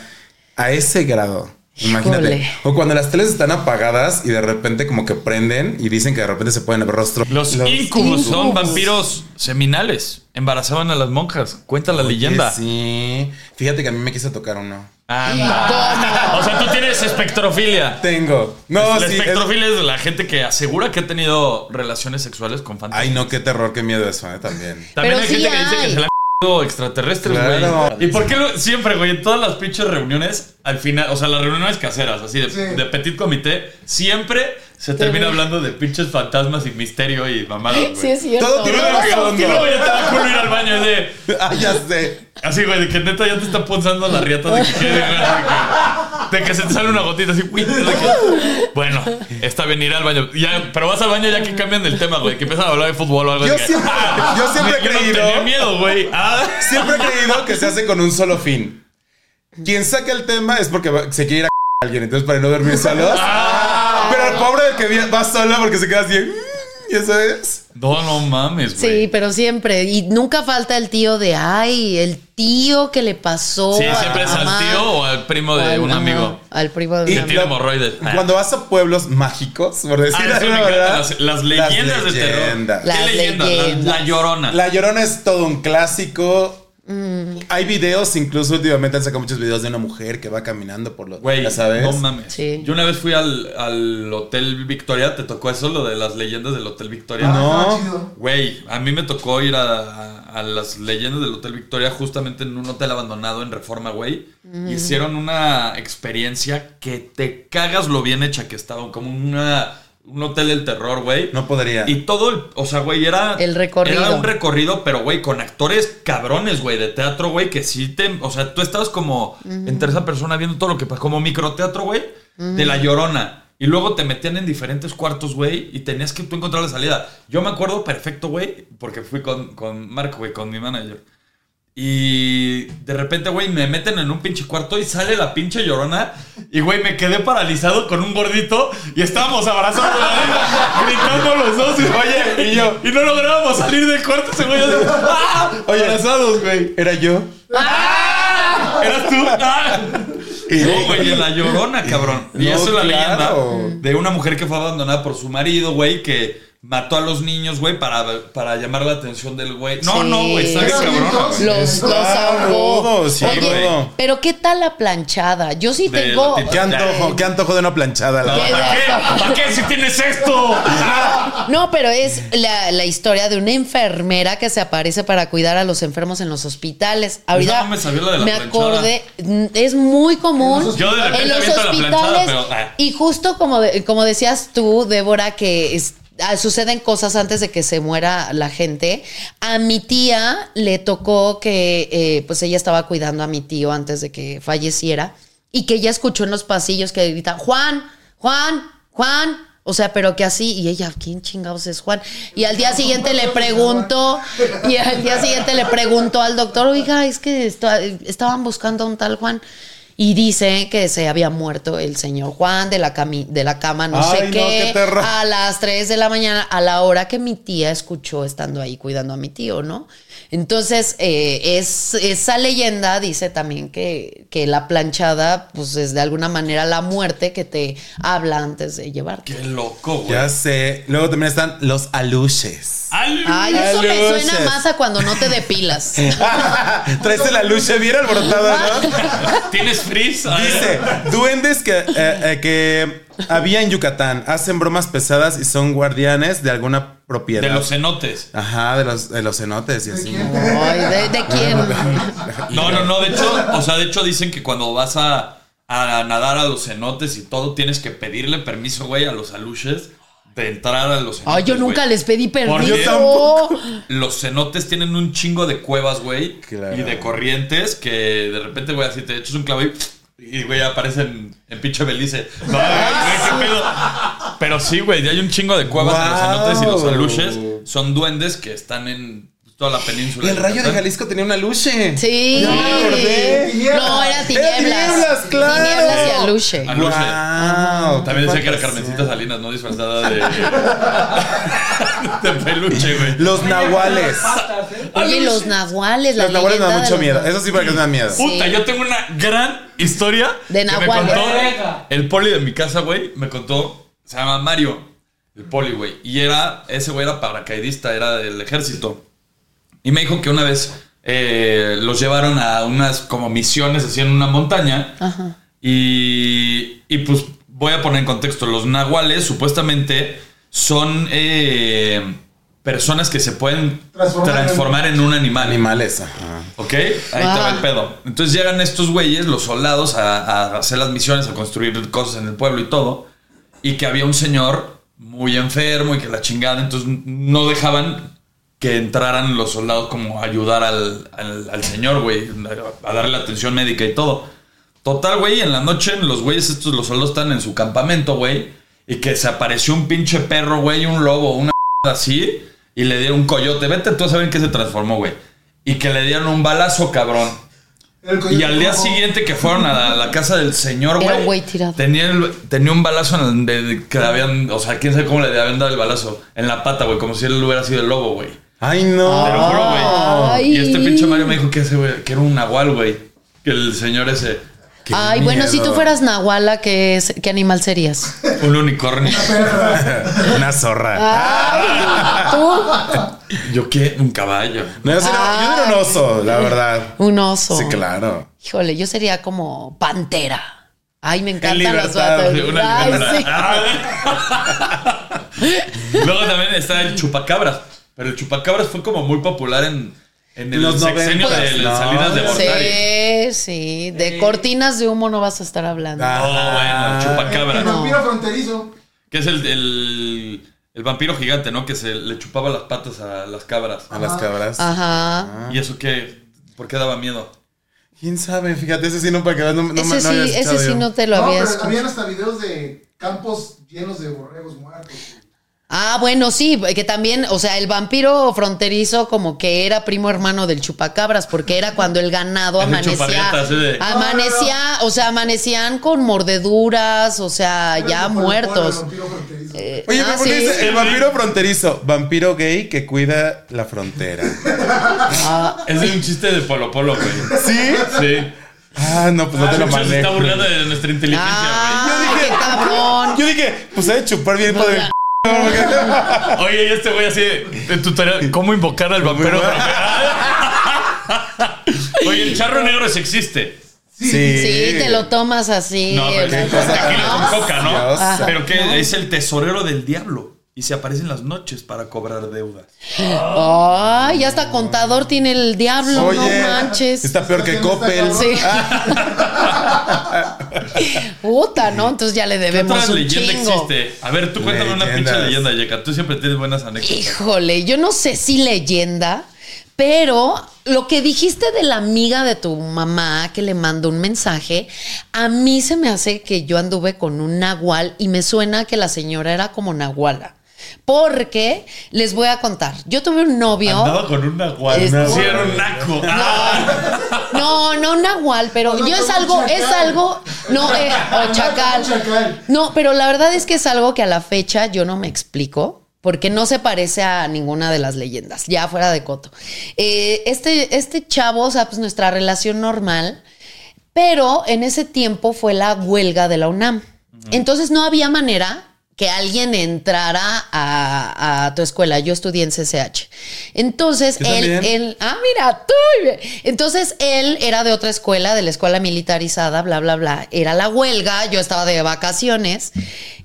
a ese grado. Imagínate. Híjole. O cuando las teles están apagadas y de repente como que prenden y dicen que de repente se pueden ver rostros. Los, íncubos son vampiros seminales. Embarazaban a las monjas. Cuenta la leyenda. Sí. Fíjate que a mí me quiso tocar uno. Anda. O sea, tú tienes espectrofilia. Tengo. No, la sí. es- espectrofilia es... la gente que asegura que ha tenido relaciones sexuales con fantasmas. Ay, no, qué terror, qué miedo eso, eh, también. También Pero hay sí gente que dice hay. que se la han cogido extraterrestres, güey. Claro. ¿Y por qué lo- siempre, güey? En todas las pinches reuniones, al final, o sea, las reuniones caseras, así de, Sí. de petit comité, siempre se termina hablando de pinches fantasmas y misterio y mamadas, güey. Sí, es cierto. Todo tiene una Pero, razón, ¿qué ¿no? no, ya te da culo ir al baño, es de- Ah, ya sé. Así, güey, de que neta ya te está punzando la riata de que, quede, güey, de que, de que se te sale una gotita así, güey. de que- bueno, está bien ir al baño. Ya, pero vas al baño ya que cambian del tema, güey, que empiezan a hablar de fútbol o algo Yo de que, siempre- yo siempre he no creído- tenía miedo, güey. Ah. Siempre he creído que se hace con un solo fin. Quien saca el tema es porque va- se quiere ir a alguien, entonces para no dormir solos. Ah. Pero el pobre del que vi- va solo porque se queda así. mm, Y eso es. No, no mames, güey. Sí, pero siempre. Y nunca falta el tío de, ay, el tío que le pasó. Sí, a siempre es la al mamá". tío o al primo de Al- un ajá, amigo. Al primo de un Y amigo. tiene hemorroides. Ah. Cuando vas a pueblos mágicos, por Ah, decir eso me alguna encanta, verdad, las, las leyendas de terror. leyendas. ¿Qué Las leyenda? La, leyendas. la llorona. La Llorona es todo un clásico. Hay videos, incluso últimamente han sacado muchos videos de una mujer que va caminando por los. Güey, ya sabes. no mames. Sí. Yo una vez fui al, al Hotel Victoria, ¿te tocó eso? Lo de las leyendas del Hotel Victoria. Ah, No. Güey, a mí me tocó ir a, a las leyendas del Hotel Victoria justamente en un hotel abandonado en Reforma, güey. Hicieron una experiencia que te cagas lo bien hecha que estaba, como una, un hotel del terror, güey. No podría. Y todo, el, o sea, güey, era... El recorrido. Era un recorrido, pero, güey, con actores cabrones, güey, de teatro, güey, que sí te... O sea, tú estabas como en tercera persona viendo todo lo que pasa, como microteatro, güey, de La Llorona. Y luego te metían en diferentes cuartos, güey, y tenías que tú encontrar la salida. Yo me acuerdo perfecto, güey, porque fui con, con Marco, güey, con mi manager. Y, Y de repente, güey, me meten en un pinche cuarto y sale la pinche llorona. Y, güey, me quedé paralizado con un gordito y estábamos abrazando la neta, gritando los dos. Oye, y yo. Y no lográbamos salir del cuarto, ese güey. así, ¡ah! Oye. abrazados, güey. Era yo. ¿Eras tú? ¡Ah! No, güey, la llorona, cabrón. Y No, eso es la claro. leyenda de una mujer que fue abandonada por su marido, güey, que mató a los niños, güey, para, para llamar la atención del güey. No, Sí. no, güey, está bien Era bien cabrona, güey. tóxica. Los, los Ah, ahogó. todo, sí, Oye, todo. pero ¿qué tal la planchada? Yo sí De tengo. la tip- ¿Qué antojo? ¿Qué antojo de una planchada? La ¿Qué verdad? ¿Para qué? ¿Para qué si tienes esto? No, pero es la, la historia de una enfermera que se aparece para cuidar a los enfermos en los hospitales. Ahorita no me sabía lo de la me acordé, mm, es muy común Yo de repente en los aviento la hospitales. planchada, pero, ah. Y justo como, de- como decías tú, Débora, que es- ah, suceden cosas antes de que se muera la gente. A mi tía le tocó que eh, pues ella estaba cuidando a mi tío antes de que falleciera y que ella escuchó en los pasillos que gritan, Juan, Juan, Juan. O sea, pero que así, y ella, ¿quién chingados es Juan? Y al día siguiente le preguntó, y al día siguiente le preguntó al doctor, oiga, es que esta- estaban buscando a un tal Juan. Y dice que se había muerto el señor Juan de la, cami- de la cama, no Ay, sé no, qué qué, terror. a las 3 de la mañana, a la hora que mi tía escuchó estando ahí cuidando a mi tío, ¿no? Entonces, eh, es, esa leyenda dice también que, que la planchada, pues es de alguna manera la muerte que te habla antes de llevarte. Qué loco, güey. Ya sé. Luego también están los aluches. Al- Ay, eso me Luces. suena más a cuando no te depilas. Traes el aluche bien alborotada, ¿no? ¿Tienes frizz? A ver. Dice, duendes que, eh, eh, que había en Yucatán hacen bromas pesadas y son guardianes de alguna propiedad. De los cenotes. Ajá, de los, de los cenotes y así. Ay, ¿de, de quién? No, no, No, de hecho, o sea, de hecho dicen que cuando vas a, a nadar a los cenotes y todo, tienes que pedirle permiso, güey, a los aluches de entrar a los cenotes. Ay, yo nunca güey. les pedí Dios, permiso. tampoco. Los cenotes tienen un chingo de cuevas, güey, Claro. y de corrientes que de repente, güey, así te echas un clavo y, y, güey, aparecen en pinche Belice. No, güey, güey, qué pedo. Pero sí, güey, ya hay un chingo de cuevas en los cenotes y los Wow. aluches son duendes que están en toda la península. Y el rayo de Yucatán. Jalisco tenía un aluche. Sí. Ya me acordé. No, era Era tinieblas. tinieblas, claro. Tinieblas y aluche. Aluche. Wow, También qué decía que era fantasía. Carmencita Salinas, no disfrazada de. de peluche, güey. Los nahuales. Oye, los nahuales, la Los nahuales me da leyenda mucho de los miedo. Eso sí, porque me da miedo. Puta, yo tengo una gran historia. De que me nahuales. contó el poli de mi casa, güey, me contó, se llama Mario, el poli, güey, y era, ese güey era paracaidista, era del ejército. Y me dijo que una vez eh, los llevaron a unas como misiones así en una montaña. Ajá. Y, y, pues voy a poner en contexto, los nahuales supuestamente son eh, personas que se pueden Transformar en- transformar en un animal. Animales, ajá. ¿Ok? Ahí te va el pedo. Entonces llegan estos güeyes, los soldados, a, a hacer las misiones, a construir cosas en el pueblo y todo. Y que había un señor muy enfermo y que la chingada. Entonces no dejaban que entraran los soldados como a ayudar al, al- al señor, güey. A darle la atención médica y todo. Total, güey, en la noche los güeyes estos, los soldados están en su campamento, güey. Y que se apareció un pinche perro, güey, un lobo, una así y le dieron un coyote. Vete tú a saber en qué se transformó, güey. Y que le dieron un balazo, cabrón. Y al día siguiente que fueron a la, la casa del señor, Era güey. un güey tirado. Tenía, el- tenía un balazo en el- de- de- que le habían. O sea, quién sabe cómo le habían dado el balazo. En la pata, güey. Como si él hubiera sido el lobo, güey. Ay, no. Ah. Te lo juro, güey. Y Ay. este pinche Mario me dijo que ese, güey, que era un nahual, güey. Que el señor ese. Qué Ay, bueno, si tú miedo. fueras nahuala, ¿qué, es- qué animal serías? Un unicornio. Una zorra. Ah. Ah. Ay, tú, Yo qué, un caballo. No, yo, sería- yo era un oso, la verdad. un Ah. oso. Sí, claro. Híjole, yo sería como pantera. Ay, me encantan libertad, las Sí, batas. una Ay, libélula. sí. Luego también está el chupacabras. Pero el chupacabras fue como muy popular en, en el Los sexenio noventas, de ¿no? las Salinas de Gortari. Sí, sí. De cortinas de humo no vas a estar hablando. Ah. No, Oh, bueno, el chupacabras. El vampiro fronterizo. Que es el, el, el vampiro gigante, ¿no? Que se le chupaba las patas a las cabras. A las cabras. Ah. Ajá. Ah, ¿Y eso qué? ¿Por qué daba miedo? ¿Quién sabe? Fíjate, ese sí no para que veas, no, no, ese no había sí, ese escuchado sí yo. no te lo No, había pero escuchado. habían hasta videos de campos llenos de borregos muertos. Ah, bueno, sí, que también, o sea, el vampiro fronterizo como que era primo hermano del chupacabras, porque era cuando el ganado El amanecía. chuparrieta, así de- "Ah, Amanecía, o sea, amanecían con mordeduras, o sea, ya Por el muertos. polo, el vampiro fronterizo. Eh, Oye, ah, me sí. pones el vampiro fronterizo, vampiro gay que cuida la frontera. Ah, Es de un chiste de Polo Polo, güey. ¿Sí? Sí. Ah, no, pues no te lo Chucho se está manejo. burlando de nuestra inteligencia, Ah, qué cabrón. Yo dije, pues sabe chupar bien padre. güey. Oye, y este güey así de de tutorial, ¿cómo invocar al vampiro? Oye, el charro negro sí existe. Sí, Sí, te lo tomas así. No, pero ¿verdad? sí, tequila con coca, ¿no? pues, Dios. Pero que es el tesorero del diablo y se aparece en las noches para cobrar deudas. Ay, ya hasta contador tiene el diablo, Oye, no manches. está peor que Coppel. Sí. Puta, ¿no? Entonces ya le ¿Qué debemos otra pues, un leyenda chingo. existe? A ver, tú cuéntame una pinche Leyendas. leyenda, Yeka. Tú siempre tienes buenas anécdotas. Híjole, yo no sé si leyenda, pero lo que dijiste de la amiga de tu mamá que le mandó un mensaje, a mí se me hace que yo anduve con un nahual y me suena que la señora era como nahuala. Porque les voy a contar, yo tuve un novio. Andaba con una guana. Es- Sí, era un naco. Ah. No, no Nahual, pero No, no, yo es como algo, chacal. es algo, no, eh, o chacal. No, como chacal. No, pero la verdad es que es algo que a la fecha yo no me explico. Porque no se parece a ninguna de las leyendas, ya fuera de coto. Eh, este, este chavo, o sea, pues nuestra relación normal, pero en ese tiempo fue la huelga de la UNAM. Entonces no había manera que alguien entrara a, a tu escuela. Yo estudié en CCH. Entonces, Yo él, también. él- ah, mira, tú. Entonces, él era de otra escuela, de la escuela militarizada, bla, bla, bla. Era la huelga, yo estaba de vacaciones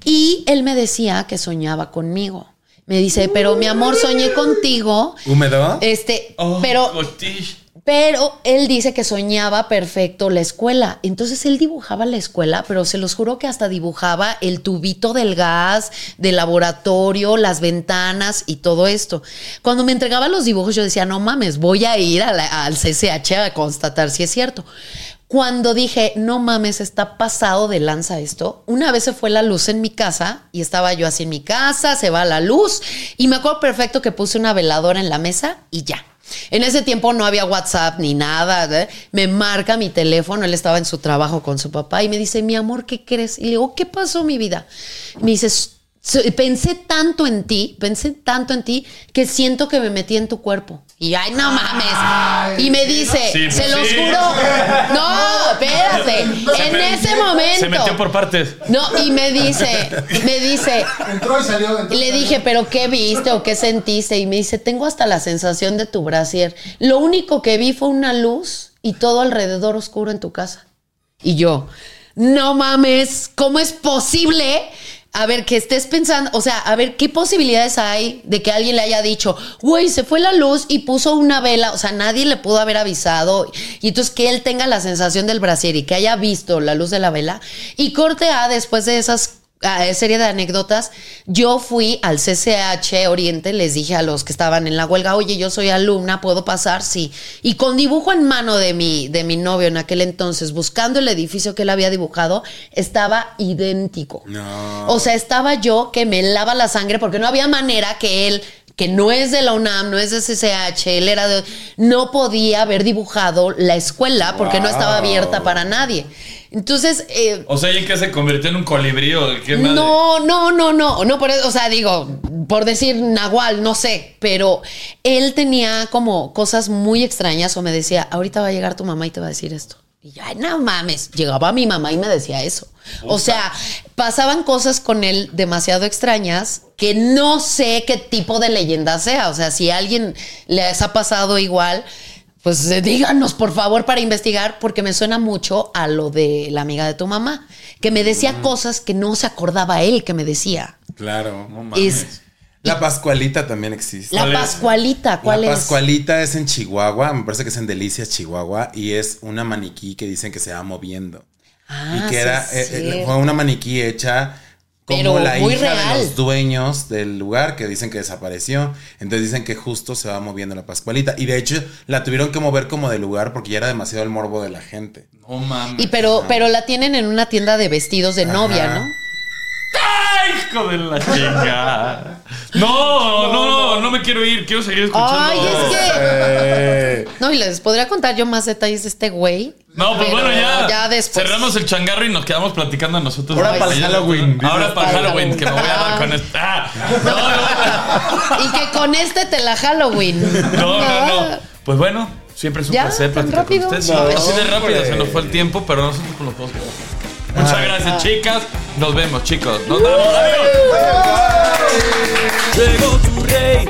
y él me decía que soñaba conmigo. Me dice, pero mi amor, soñé contigo. ¿Húmedo? Este, Oh, pero costish. pero él dice que soñaba perfecto la escuela. Entonces él dibujaba la escuela, pero se los juro que hasta dibujaba el tubito del gas, del laboratorio, las ventanas y todo esto. Cuando me entregaba los dibujos, yo decía, no mames, voy a ir a la- al CCH a constatar si es cierto. Cuando dije, no mames, está pasado de lanza esto, una vez se fue la luz en mi casa y estaba yo así en mi casa, se va la luz y me acuerdo perfecto que puse una veladora en la mesa y ya. En ese tiempo no había WhatsApp ni nada. ¿eh? Me marca mi teléfono, él estaba en su trabajo con su papá y me dice, mi amor, ¿qué crees? Y le digo, ¿qué pasó mi vida? Me dice, "So- pensé tanto en ti, pensé tanto en ti que siento que me metí en tu cuerpo. Y yo, ay, no mames. y me dice, Sí, se pues los sí. juro. No, espérate. En ese momento. Se metió por partes. No, y me dice, me dice, Entró y salió. entró y y le salió. dije, ¿pero qué viste o qué sentiste? Y me dice, tengo hasta la sensación de tu brasier. Lo único que vi fue una luz y todo alrededor oscuro en tu casa. Y yo, no mames, ¿cómo es posible? A ver, que estés pensando, o sea, a ver qué posibilidades hay de que alguien le haya dicho, güey, se fue la luz y puso una vela, o sea, nadie le pudo haber avisado. Y entonces que él tenga la sensación del brasier y que haya visto la luz de la vela. Y corte A, después de esas a- serie de anécdotas, yo fui al CCH Oriente, les dije a los que estaban en la huelga, oye, yo soy alumna, ¿puedo pasar? Sí. Y con dibujo en mano de mi, de mi novio en aquel entonces, buscando el edificio que él había dibujado, estaba idéntico. O sea, estaba yo que me lava la sangre porque no había manera que él que no es de la UNAM, no es de CCH, él era de... No podía haber dibujado la escuela porque no estaba Wow. abierta para nadie. Entonces, eh, O sea, ¿y en qué se convirtió en un colibrí o qué madre? no, no, no, no, no, por eso, o sea, digo, por decir Nahual, no sé, pero él tenía como cosas muy extrañas o me decía, ahorita va a llegar tu mamá y te va a decir esto. Y ya, no mames, llegaba mi mamá y me decía eso. O sea, pasaban cosas con él demasiado extrañas que no sé qué tipo de leyenda sea. O sea, si a alguien les ha pasado igual, pues eh, díganos, por favor, para investigar, porque me suena mucho a lo de la amiga de tu mamá, que me decía cosas que no se acordaba él que me decía. Claro. no mames. Es La Pascualita también existe. la ¿Cuál es? Pascualita, ¿cuál la es? Pascualita es? en Chihuahua, me parece que es en Delicias, Chihuahua, y es una maniquí que dicen que se va moviendo. Ah, y sí que era, es eh, eh, cierto. fue una maniquí hecha como Pero la muy hija real. de los dueños del lugar que dicen que desapareció. Entonces dicen que justo se va moviendo la Pascualita. Y de hecho la tuvieron que mover como de lugar porque ya era demasiado el morbo de la gente. No mames. y pero, pero la tienen en una tienda de vestidos de novia, Ajá. ¿no? ¡Ay! Hijo de la chinga. No, no, no, no me quiero ir. Quiero seguir escuchando. Ay, es que. Eh, No, y les podría contar yo más detalles de este güey. No, pues Pero bueno, ya. ya después. Cerramos el changarro y nos quedamos platicando nosotros. Ahora Ay, para el sí. Halloween. Ahora para Para Halloween, que me voy a dar con esto. Ah, Y que con este te la Halloween. no, no, no, no. Pues bueno, siempre es un Ya, placer tan platicar con rápido. ustedes. No, Sí, Así de rápido hombre. se nos fue el tiempo, pero nosotros los dos. Muchas gracias, chicas. Nos vemos, chicos. Nos vemos. Adiós. Llegó tu rey.